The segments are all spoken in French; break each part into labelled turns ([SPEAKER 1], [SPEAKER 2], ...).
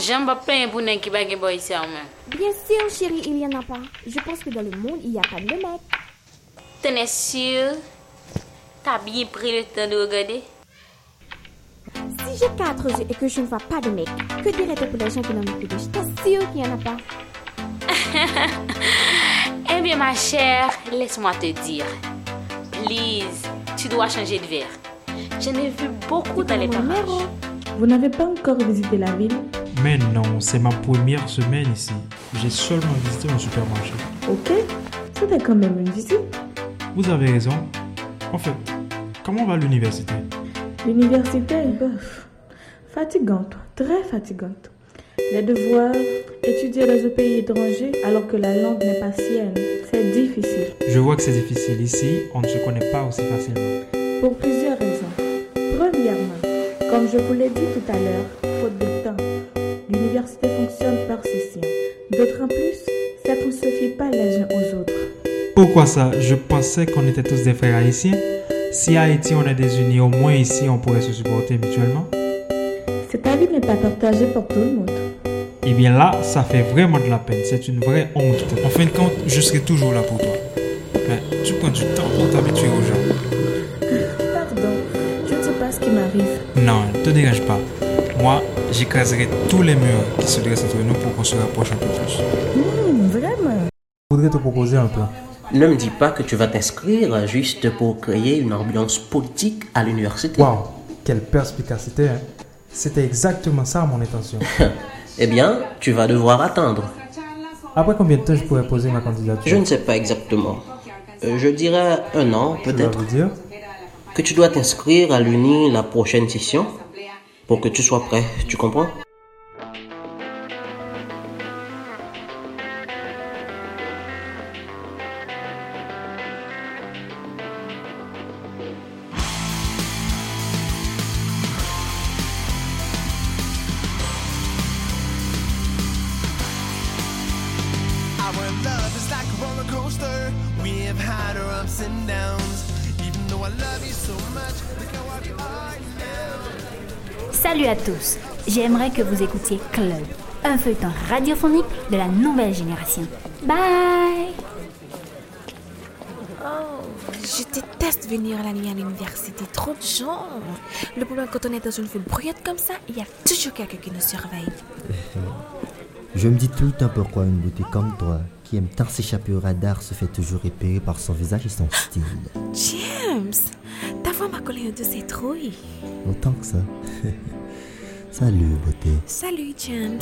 [SPEAKER 1] j'aime pas plein pour n'en qui bague boy ici en même.
[SPEAKER 2] Bien sûr, chérie, il y en a pas. Je pense que dans le monde, il y a pas de mec.
[SPEAKER 1] T'en es sûr? T'as bien pris le temps de regarder?
[SPEAKER 2] Si j'ai quatre yeux et que je ne vois pas de mec, que dirais-tu pour les gens qui n'en ont plus de Je t'assure qu'il y en a pas.
[SPEAKER 1] Eh bien, ma chère, laisse-moi te dire. Please, tu dois changer de verre. J'en ai vu beaucoup dans les
[SPEAKER 2] Numéro.
[SPEAKER 1] parages.
[SPEAKER 3] Vous n'avez pas encore visité la ville
[SPEAKER 4] Mais non, c'est ma première semaine ici. J'ai seulement visité un supermarché.
[SPEAKER 3] Ok, c'était quand même une visite.
[SPEAKER 4] Vous avez raison. En fait, comment va l'université
[SPEAKER 3] L'université, bof, fatigante, très fatigante. Les devoirs, étudier dans un pays étranger alors que la langue n'est pas sienne, c'est difficile.
[SPEAKER 4] Je vois que c'est difficile ici, on ne se connaît pas aussi facilement.
[SPEAKER 3] Pour plusieurs raisons. Premièrement, comme je vous l'ai dit tout à l'heure, faute de temps, l'université fonctionne par session. D'autre en plus, c'est qu'on ne se fie pas les uns aux autres.
[SPEAKER 4] Pourquoi ça Je pensais qu'on était tous des frères haïtiens. Si à Haïti on est des unis, au moins ici on pourrait se supporter mutuellement.
[SPEAKER 3] Cet avis n'est pas partagé pour tout le monde.
[SPEAKER 4] Eh bien là, ça fait vraiment de la peine. C'est une vraie honte. En fin de compte, je serai toujours là pour toi. Mais tu prends du temps pour t'habituer aux gens.
[SPEAKER 3] Pardon, je ne sais pas ce qui m'arrive.
[SPEAKER 4] Non, ne te dégage pas. Moi, j'écraserai tous les murs qui se dressent entre nous pour qu'on se rapproche un peu plus.
[SPEAKER 3] Hum, vraiment
[SPEAKER 4] Je voudrais te proposer un plan.
[SPEAKER 5] Ne me dis pas que tu vas t'inscrire juste pour créer une ambiance politique à l'université.
[SPEAKER 4] Waouh, quelle perspicacité. hein. C'était exactement ça mon intention.
[SPEAKER 5] Eh bien, tu vas devoir attendre.
[SPEAKER 4] Après combien de temps je pourrais poser ma
[SPEAKER 5] Je
[SPEAKER 4] candidature
[SPEAKER 5] ne sais pas exactement. Euh, Je dirais un an,
[SPEAKER 4] Tu vas
[SPEAKER 5] peut-être,
[SPEAKER 4] vous dire
[SPEAKER 5] que tu dois t'inscrire à l'UNI la prochaine session pour que tu sois prêt, tu comprends
[SPEAKER 6] Our love is like a roller coaster. We have had our ups and downs. Even though I love you so much, look how I are now.
[SPEAKER 7] Salut à tous, j'aimerais que vous écoutiez Club, un feuilleton radiophonique de la nouvelle génération. Bye
[SPEAKER 8] Oh, Je déteste venir la nuit à l'université, trop de gens. Le problème quand on est dans une foule bruyante comme ça, il y a toujours quelqu'un qui nous surveille.
[SPEAKER 9] Je me dis tout le temps pourquoi une beauté comme toi, qui aime tant s'échapper au radar, se fait toujours repérer par son visage et son style.
[SPEAKER 8] James, ta voix m'a collé un de ces trouilles.
[SPEAKER 9] Autant que ça. Salut, beauté.
[SPEAKER 8] Salut James,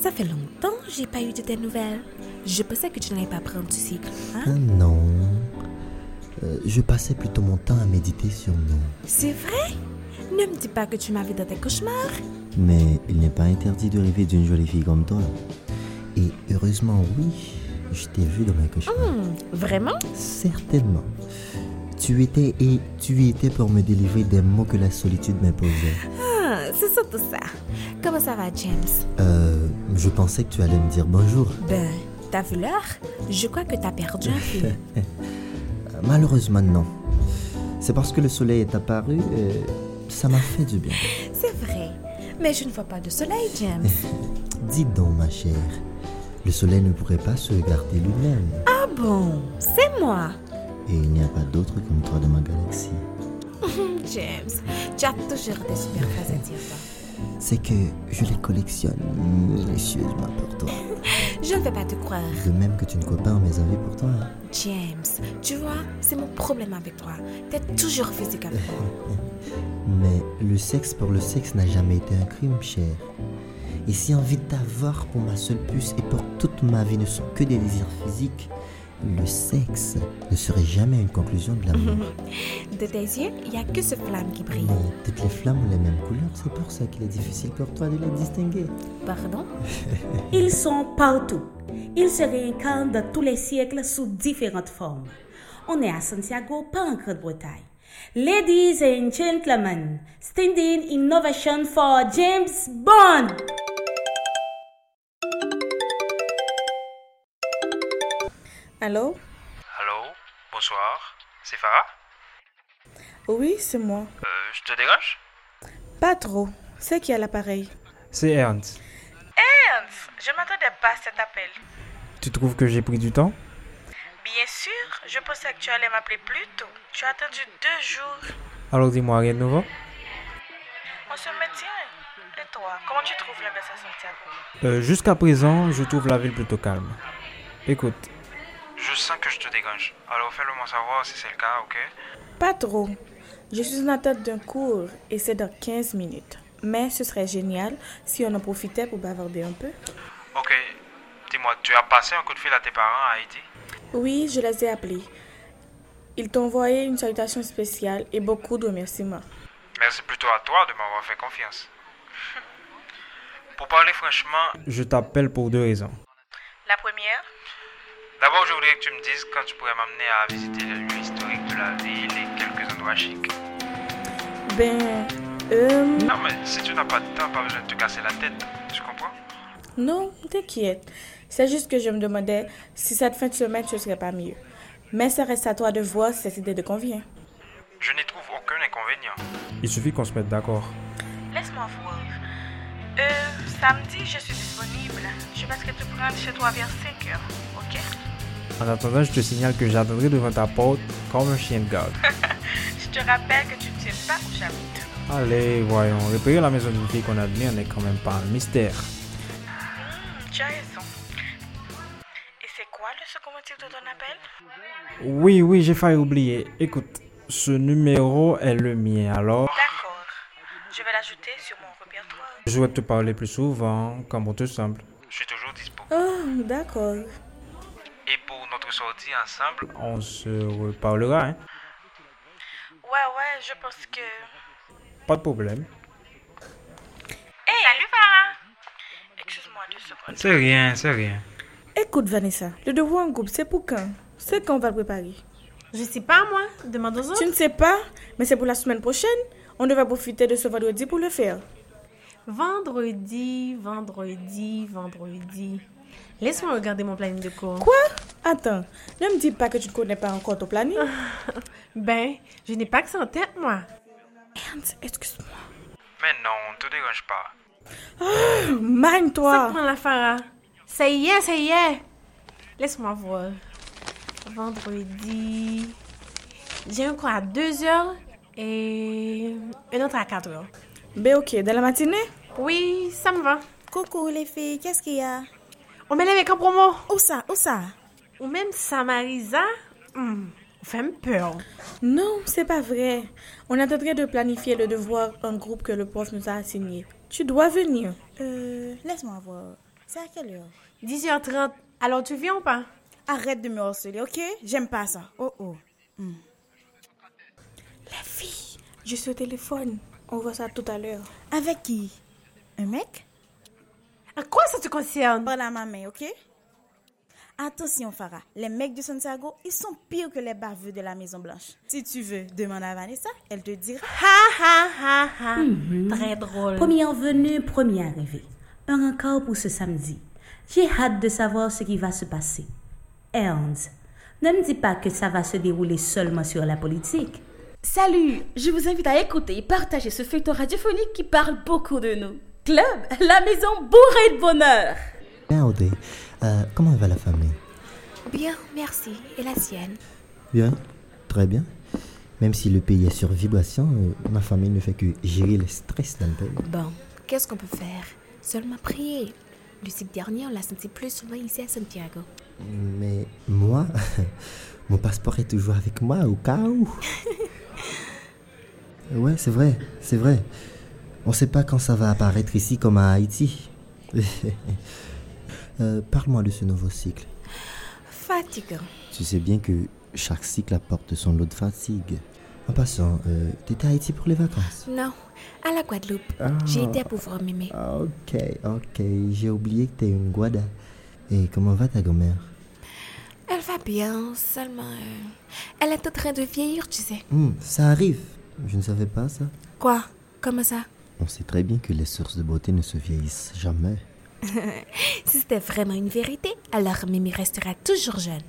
[SPEAKER 8] ça fait longtemps que j'ai pas eu de tes nouvelles. Je pensais que tu n'allais pas prendre du cycle,
[SPEAKER 9] Ah
[SPEAKER 8] hein?
[SPEAKER 9] non. Euh, je passais plutôt mon temps à méditer sur nous.
[SPEAKER 8] C'est vrai? Ne me dis pas que tu m'as vu dans tes cauchemars.
[SPEAKER 9] Mais il n'est pas interdit de rêver d'une jolie fille comme toi. Et heureusement, oui, je t'ai vu dans ma cauchemar.
[SPEAKER 8] Hmm, vraiment?
[SPEAKER 9] Certainement. Tu étais et tu y étais pour me délivrer des mots que la solitude m'imposait.
[SPEAKER 8] Ah, c'est surtout ça. Comment ça va James?
[SPEAKER 9] Euh, je pensais que tu allais me dire bonjour.
[SPEAKER 8] Ben, t'as vu l'heure? Je crois que t'as perdu un fil.
[SPEAKER 9] Malheureusement, non. C'est parce que le soleil est apparu, euh, ça m'a fait du bien.
[SPEAKER 8] C'est vrai, mais je ne vois pas de soleil James.
[SPEAKER 9] Dis donc, ma chère, le soleil ne pourrait pas se regarder lui-même.
[SPEAKER 8] Ah bon, c'est moi.
[SPEAKER 9] Et il n'y a pas d'autre comme toi dans ma galaxie.
[SPEAKER 8] James, tu as toujours des super phrases à dire. toi.
[SPEAKER 9] C'est que je les collectionne minutieusement pour toi.
[SPEAKER 8] Je ne vais pas te croire.
[SPEAKER 9] De même que tu ne crois pas en mes envies pour toi. hein.
[SPEAKER 8] James, tu vois, c'est mon problème avec toi. T'es toujours physique avec moi.
[SPEAKER 9] Mais le sexe pour le sexe n'a jamais été un crime, chère. Et si envie de t'avoir pour ma seule puce et pour toute ma vie ne sont que des désirs physiques, le sexe ne serait jamais une conclusion de l'amour.
[SPEAKER 8] De tes yeux, il n'y a que ce flamme qui brille.
[SPEAKER 9] Mais toutes les flammes ont les mêmes couleurs, c'est pour ça qu'il est difficile pour toi de les distinguer.
[SPEAKER 8] Pardon
[SPEAKER 10] Ils sont partout. Ils se réincarnent dans tous les siècles sous différentes formes. On est à Santiago, pas en Grande-Bretagne. Ladies and gentlemen, standing innovation for James Bond.
[SPEAKER 3] Allô
[SPEAKER 11] Allô Bonsoir C'est Farah
[SPEAKER 3] Oui, c'est moi.
[SPEAKER 11] Euh, Je te dérange
[SPEAKER 3] Pas trop. C'est qui à l'appareil
[SPEAKER 4] C'est Ernst.
[SPEAKER 10] Je m'attendais pas à cet appel.
[SPEAKER 12] Tu trouves que j'ai pris du temps
[SPEAKER 10] Bien sûr, je pensais que tu allais m'appeler plus tôt. Tu as attendu deux jours.
[SPEAKER 12] Alors dis-moi, rien de nouveau
[SPEAKER 10] On se maintient. Et toi, comment tu trouves la baisse à Santiago
[SPEAKER 12] Euh, Jusqu'à présent, je trouve la ville plutôt calme. Écoute,
[SPEAKER 11] Je sens que je te dérange. Alors fais-le-moi savoir si c'est le cas, ok
[SPEAKER 3] Pas trop. Je suis en attente d'un cours et c'est dans 15 minutes. Mais ce serait génial si on en profitait pour bavarder un peu.
[SPEAKER 11] Ok. Dis-moi, tu as passé un coup de fil à tes parents à Haïti
[SPEAKER 3] Oui, je les ai appelés. Ils t'ont envoyé une salutation spéciale et beaucoup de remerciements.
[SPEAKER 11] Merci plutôt à toi de m'avoir fait confiance. Pour parler franchement,
[SPEAKER 12] je t'appelle pour deux raisons.
[SPEAKER 10] La première
[SPEAKER 11] d'abord je voudrais que tu me dises quand tu pourrais m'amener à visiter les lieux historiques de la ville et quelques endroits chics.
[SPEAKER 3] Ben, euh,
[SPEAKER 11] Non mais si tu n'as pas de temps, pas besoin de te casser la tête, tu comprends
[SPEAKER 3] non, t'inquiète. C'est juste que je me demandais si cette fin de semaine ce serait pas mieux. Mais ça reste à toi de voir si cette idée te convient.
[SPEAKER 11] Je n'y trouve aucun inconvénient.
[SPEAKER 12] Il suffit qu'on se mette d'accord.
[SPEAKER 10] Laisse-moi voir. Euh, samedi, je suis disponible. Je pense que tu prendre chez toi vers 5 heures, ok
[SPEAKER 12] En attendant, je te signale que j'attendrai devant ta porte comme un chien de garde.
[SPEAKER 10] Je te rappelle que tu ne sais pas où j'habite.
[SPEAKER 12] Allez, voyons, repérer la maison d'une fille qu'on admire n'est quand même pas un mystère.
[SPEAKER 10] Hmm, tu as raison. Et c'est quoi le second motif de ton appel
[SPEAKER 12] Oui, oui, j'ai failli oublier. Écoute, ce numéro est le mien, alors
[SPEAKER 10] D'accord. Je vais l'ajouter sur mon répertoire.
[SPEAKER 12] je souhaite te parler plus souvent, comme on te semble.
[SPEAKER 3] Oh, d'accord.
[SPEAKER 11] Et pour notre sortie ensemble,
[SPEAKER 12] On se reparlera, hein
[SPEAKER 10] Ouais, ouais, je pense que.
[SPEAKER 12] Pas de problème.
[SPEAKER 10] Hey Salut, Farah Excuse-moi deux secondes.
[SPEAKER 4] C'est rien, c'est rien.
[SPEAKER 3] Écoute, Vanessa, le devoir en groupe, c'est pour quand C'est quand on va le préparer
[SPEAKER 13] Je sais pas, moi. Demande aux autres.
[SPEAKER 3] Tu ne sais pas, mais c'est pour la semaine prochaine. On devrait profiter de ce vendredi pour le faire.
[SPEAKER 13] Vendredi, vendredi, vendredi. Laisse-moi regarder mon planning de cours.
[SPEAKER 3] Quoi Attends, ne me dis pas que tu ne connais pas encore ton planning.
[SPEAKER 13] Ben, je n'ai pas que ça en tête, moi.
[SPEAKER 3] excuse-moi.
[SPEAKER 11] mais non, ne te dérange pas.
[SPEAKER 3] Magne-toi.
[SPEAKER 13] Ça prend la Farah. Ça y est, ça y est. Laisse-moi voir. Vendredi. J'ai un cours à 2 heures et un autre à 4 heures.
[SPEAKER 3] Ben ok, dans la matinée
[SPEAKER 13] Oui, ça me va.
[SPEAKER 14] Coucou les filles, qu'est-ce qu'il y a
[SPEAKER 13] On met les mecs en promo.
[SPEAKER 14] Où ça, où ça
[SPEAKER 13] Ou même Samarisa. Hmm, on fait me peur.
[SPEAKER 3] Non, c'est pas vrai. On attendrait de planifier le devoir en groupe que le prof nous a assigné. Tu dois venir.
[SPEAKER 14] Euh, laisse-moi voir. C'est à quelle heure
[SPEAKER 13] 10h30. Alors tu viens ou pas
[SPEAKER 14] Arrête de me harceler, ok J'aime pas ça. Oh oh. Hmm.
[SPEAKER 3] La fille, je suis au téléphone. On voit ça tout à l'heure.
[SPEAKER 14] Avec qui Un mec
[SPEAKER 13] À quoi ça te concerne
[SPEAKER 14] Parle à ma main, ok Attention, Farah. Les mecs de Santiago, ils sont pires que les baveux de la Maison-Blanche. Si tu veux, demande à Vanessa, elle te dira.
[SPEAKER 13] Ha ha ha.
[SPEAKER 8] Mhm.
[SPEAKER 13] Très drôle.
[SPEAKER 14] Première
[SPEAKER 10] venue, premier arrivé. Un record pour ce samedi. J'ai hâte de savoir ce qui va se passer. Ernst, ne me dis pas que ça va se dérouler seulement sur la politique.
[SPEAKER 15] Salut, je vous invite à écouter et partager ce feuilleton radiophonique qui parle beaucoup de nous. Club, la maison bourrée de bonheur.
[SPEAKER 9] Bien, Audrey, euh, comment va la famille
[SPEAKER 8] Bien, merci. Et la sienne
[SPEAKER 9] Bien, très bien. Même si le pays est sur vibration, euh, ma famille ne fait que gérer le stress dans le pays.
[SPEAKER 8] Bon, qu'est-ce qu'on peut faire Seulement prier. Le cycle dernier, on l'a senti plus souvent ici à Santiago.
[SPEAKER 9] Mais moi, mon passeport est toujours avec moi au cas où. ouais, c'est vrai, c'est vrai. On sait pas quand ça va apparaître ici comme à Haïti. Euh, Parle-moi de ce nouveau cycle.
[SPEAKER 8] Fatigant.
[SPEAKER 9] Tu sais bien que chaque cycle apporte son lot de fatigue. En passant, euh, t'étais à Haïti pour les vacances
[SPEAKER 8] Non, à la Guadeloupe.
[SPEAKER 9] Ah.
[SPEAKER 8] J'ai été à pouvoir m'aimer.
[SPEAKER 9] Ok, ok, j'ai oublié que t'es une Guada. Et comment va ta grand-mère
[SPEAKER 8] Elle va bien, seulement. euh, elle est en train de vieillir, tu sais.
[SPEAKER 9] Hmm, Ça arrive, je ne savais pas ça.
[SPEAKER 8] Quoi Comment ça
[SPEAKER 9] On sait très bien que les sources de beauté ne se vieillissent jamais.
[SPEAKER 8] Si c'était vraiment une vérité, alors Mimi restera toujours jeune.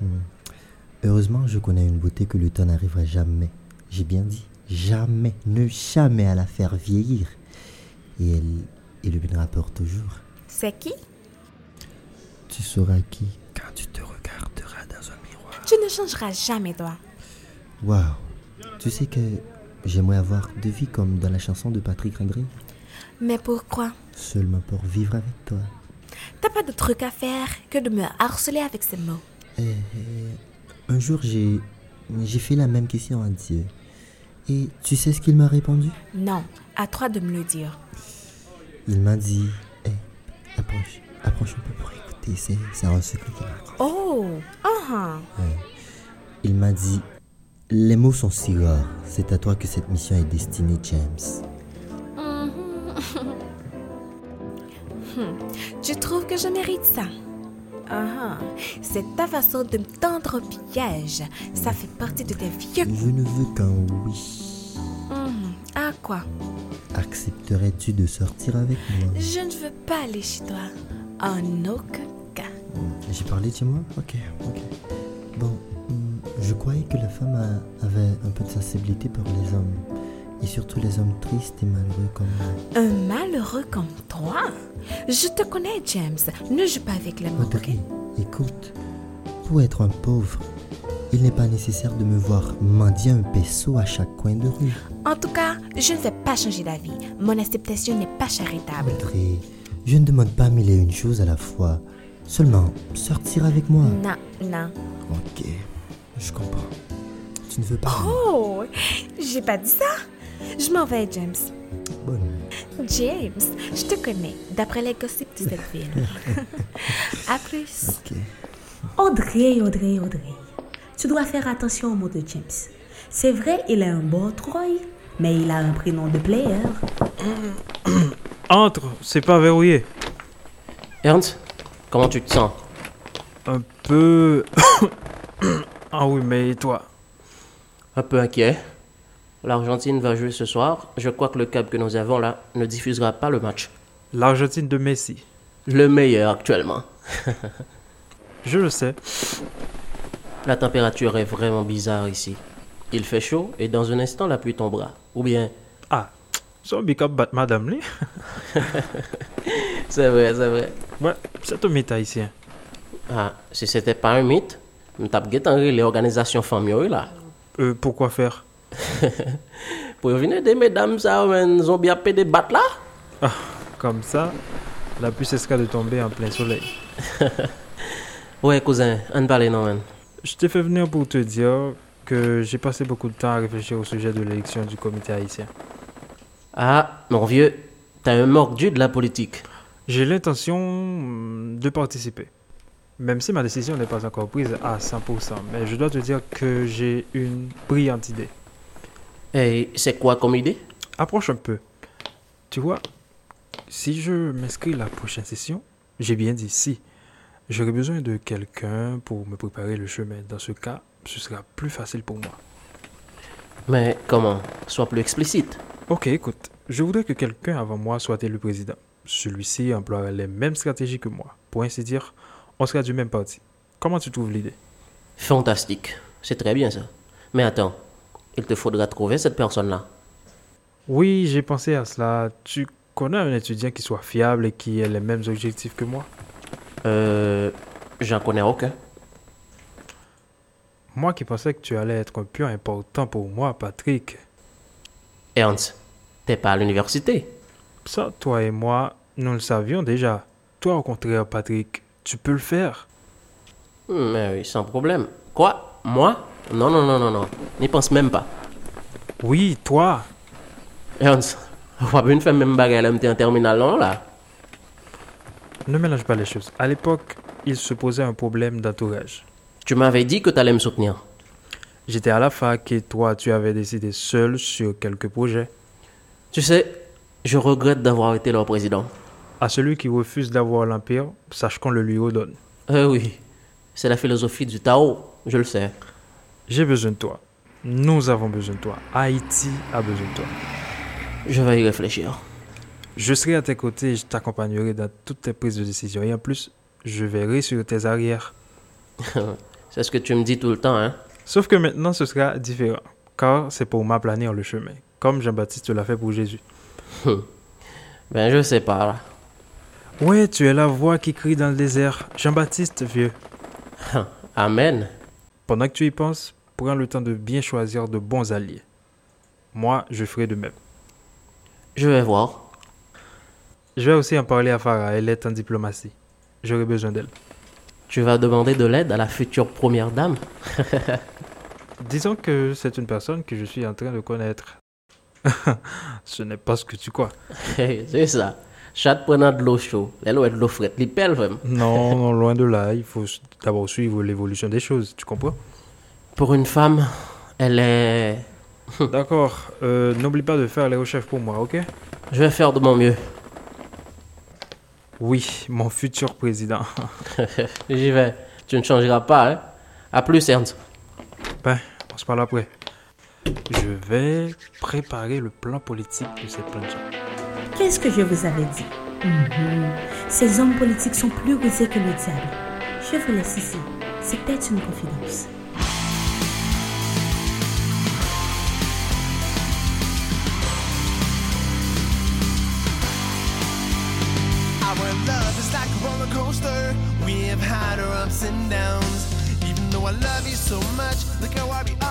[SPEAKER 9] Mhm. Heureusement, je connais une beauté que le temps n'arrivera jamais. J'ai bien dit, jamais, ne jamais à la faire vieillir. Et elle, elle le rapport toujours.
[SPEAKER 8] C'est qui
[SPEAKER 9] tu seras qui
[SPEAKER 8] Quand tu te regarderas dans un miroir. Tu ne changeras jamais, toi.
[SPEAKER 9] Waouh Tu sais que j'aimerais avoir deux vies comme dans la chanson de Patrick André,
[SPEAKER 8] Mais pourquoi
[SPEAKER 9] seulement pour vivre avec toi.
[SPEAKER 8] T'as pas de truc à faire que de me harceler avec ces mots.
[SPEAKER 9] Euh, un jour, j'ai j'ai fait la même question à Dieu. Et tu sais ce qu'il m'a répondu
[SPEAKER 8] Non, à toi de me le dire.
[SPEAKER 9] Il m'a dit Hé, approche, approche un peu pour écouter, c'est c'est un secret qu'il m'a
[SPEAKER 8] Oh, ah ah.
[SPEAKER 9] Ouais. Il m'a dit Les mots sont si rares, c'est à toi que cette mission est destinée, James.
[SPEAKER 8] Hmm, Tu trouves que je mérite ça Ah ah. C'est ta façon de me tendre au piège. Ça fait partie de tes vieux.
[SPEAKER 9] Je ne veux qu'un oui.
[SPEAKER 8] Hmm, Ah quoi
[SPEAKER 9] Accepterais-tu de sortir avec moi
[SPEAKER 8] Je ne veux pas aller chez toi. En aucun cas.
[SPEAKER 9] J'ai parlé de chez moi Ok, ok. Bon, hum, je croyais que la femme a- avait un peu de sensibilité pour les hommes. Et surtout les hommes tristes et malheureux comme moi.
[SPEAKER 8] Un malheureux comme toi Je te connais, James. Ne joue pas avec l'amour.
[SPEAKER 9] Audrey, écoute, pour être un pauvre, il n'est pas nécessaire de me voir mendier un peso à chaque coin de rue.
[SPEAKER 8] En tout cas, je ne vais pas changer d'avis. Mon acceptation n'est pas
[SPEAKER 9] Ah,
[SPEAKER 8] charitable.
[SPEAKER 9] Audrey, je ne demande pas mille et une choses à la fois. Seulement, sortir avec moi.
[SPEAKER 8] Non, non.
[SPEAKER 9] Ok, je comprends. Tu ne veux pas.
[SPEAKER 8] Oh, j'ai pas dit ça. Je m'en vais, James. James, je te connais, d'après les gossips de cette ville. à plus.
[SPEAKER 10] Audrey, Audrey, Audrey, tu dois faire attention aux mots de James. C'est vrai, il a un bon Troy, mais il a un prénom de player.
[SPEAKER 4] Entre, c'est pas verrouillé.
[SPEAKER 5] Ernst, comment tu te sens
[SPEAKER 12] Un peu. ah oui, mais et toi
[SPEAKER 5] Un peu inquiet. L'Argentine va jouer ce soir. Je crois que le câble que nous avons là ne diffusera pas le match.
[SPEAKER 4] L'Argentine de Messi.
[SPEAKER 5] Le meilleur actuellement.
[SPEAKER 4] Je le sais.
[SPEAKER 5] La température est vraiment bizarre ici. Il fait chaud et dans un instant la pluie tombera. Ou bien.
[SPEAKER 4] Ah, son big up bat madame, lui.
[SPEAKER 5] c'est vrai, c'est vrai.
[SPEAKER 4] Ouais, c'est un mythe haïtien.
[SPEAKER 5] Ah, si c'était pas un mythe, nous t'avons les organisations familiales là.
[SPEAKER 4] Euh, pourquoi faire
[SPEAKER 5] Pour venir des mesdames, ça, man, zombie à des battes là
[SPEAKER 4] Ah, comme ça, la pluie s'escale de tomber en plein soleil.
[SPEAKER 5] Ouais, cousin, on parle non, man.
[SPEAKER 4] Je t'ai fait venir pour te dire que j'ai passé beaucoup de temps à réfléchir au sujet de l'élection du comité haïtien.
[SPEAKER 5] Ah, mon vieux, t'as un mordu de la politique.
[SPEAKER 4] J'ai l'intention hum, de participer. Même si ma décision n'est pas encore prise à 100%, mais je dois te dire que j'ai une brillante idée.
[SPEAKER 5] Et c'est quoi comme idée
[SPEAKER 4] Approche un peu. Tu vois, si je m'inscris la prochaine session, j'ai bien dit si, j'aurai besoin de quelqu'un pour me préparer le chemin. Dans ce cas, ce sera plus facile pour moi.
[SPEAKER 5] Mais comment Sois plus explicite.
[SPEAKER 4] Ok, écoute, je voudrais que quelqu'un avant moi soit élu président. Celui-ci emploiera les mêmes stratégies que moi. Pour ainsi dire, on sera du même parti. Comment tu trouves l'idée
[SPEAKER 5] Fantastique. C'est très bien ça. Mais attends, il te faudra trouver cette personne-là.
[SPEAKER 4] Oui, j'ai pensé à cela. Tu connais un étudiant qui soit fiable et qui ait les mêmes objectifs que moi
[SPEAKER 5] Euh. J'en connais aucun.
[SPEAKER 4] Moi qui pensais que tu allais être un pion important pour moi, Patrick.
[SPEAKER 5] Ernst, t'es pas à l'université.
[SPEAKER 4] Ça, toi et moi, nous le savions déjà. Toi, au contraire, Patrick, tu peux le faire.
[SPEAKER 5] Hmm, Mais oui, sans problème. Quoi Moi Non, non, non, non, non. N'y pense même pas.
[SPEAKER 4] Oui, toi.
[SPEAKER 5] Ernst, on va bien faire même bagarre MT en terminale, non, là
[SPEAKER 4] Ne mélange pas les choses. À l'époque, il se posait un problème d'entourage.
[SPEAKER 5] Tu m'avais dit que t'allais me soutenir.
[SPEAKER 4] J'étais à la fac et toi, tu avais décidé seul sur quelques projets.
[SPEAKER 5] Tu sais, je regrette d'avoir été leur président.
[SPEAKER 4] À celui qui refuse d'avoir l'Empire, sache qu'on le lui ordonne.
[SPEAKER 5] Eh oui, c'est la philosophie du Tao, je le sais.
[SPEAKER 4] J'ai besoin de toi. Nous avons besoin de toi. Haïti a besoin de toi.
[SPEAKER 5] Je vais y réfléchir.
[SPEAKER 4] Je serai à tes côtés et je t'accompagnerai dans toutes tes prises de décision. Et en plus, je verrai sur tes arrières.
[SPEAKER 5] c'est ce que tu me dis tout le temps, hein.
[SPEAKER 4] Sauf que maintenant, ce sera différent. Car c'est pour m'aplanir le chemin, comme Jean-Baptiste l'a fait pour Jésus.
[SPEAKER 5] Ben, je sais pas, là.
[SPEAKER 4] Ouais, tu es la voix qui crie dans le désert. Jean-Baptiste, vieux.
[SPEAKER 5] Amen.
[SPEAKER 4] Pendant que tu y penses, prends le temps de bien choisir de bons alliés. Moi, je ferai de même.
[SPEAKER 5] Je vais voir.
[SPEAKER 4] Je vais aussi en parler à Farah. Elle est en diplomatie. J'aurai besoin d'elle.
[SPEAKER 5] Tu vas demander de l'aide à la future première dame.
[SPEAKER 4] Disons que c'est une personne que je suis en train de connaître. ce n'est pas ce que tu crois.
[SPEAKER 5] C'est ça. Chat prenant de l'eau chaude, elle est de l'eau frette, il pèle vraiment.
[SPEAKER 4] Non, non, loin de là. Il faut d'abord suivre l'évolution des choses, tu comprends
[SPEAKER 5] Pour une femme, elle est.
[SPEAKER 4] D'accord. euh, N'oublie pas de faire les recherches pour moi, ok
[SPEAKER 5] Je vais faire de mon mieux.
[SPEAKER 4] Oui, mon futur président.
[SPEAKER 5] J'y vais. Tu ne changeras pas, hein À plus, Ernst.
[SPEAKER 4] Ben, on se parle après. Je vais préparer le plan politique de cette planche.
[SPEAKER 10] Qu'est-ce que je vous avais dit Mhm. Ces hommes politiques sont plus rusés que le diable. Je vous laisse ici. C'était une confidence.
[SPEAKER 6] Our love is like a roller coaster. We have had our ups and downs. Even though I love you so much, look how I be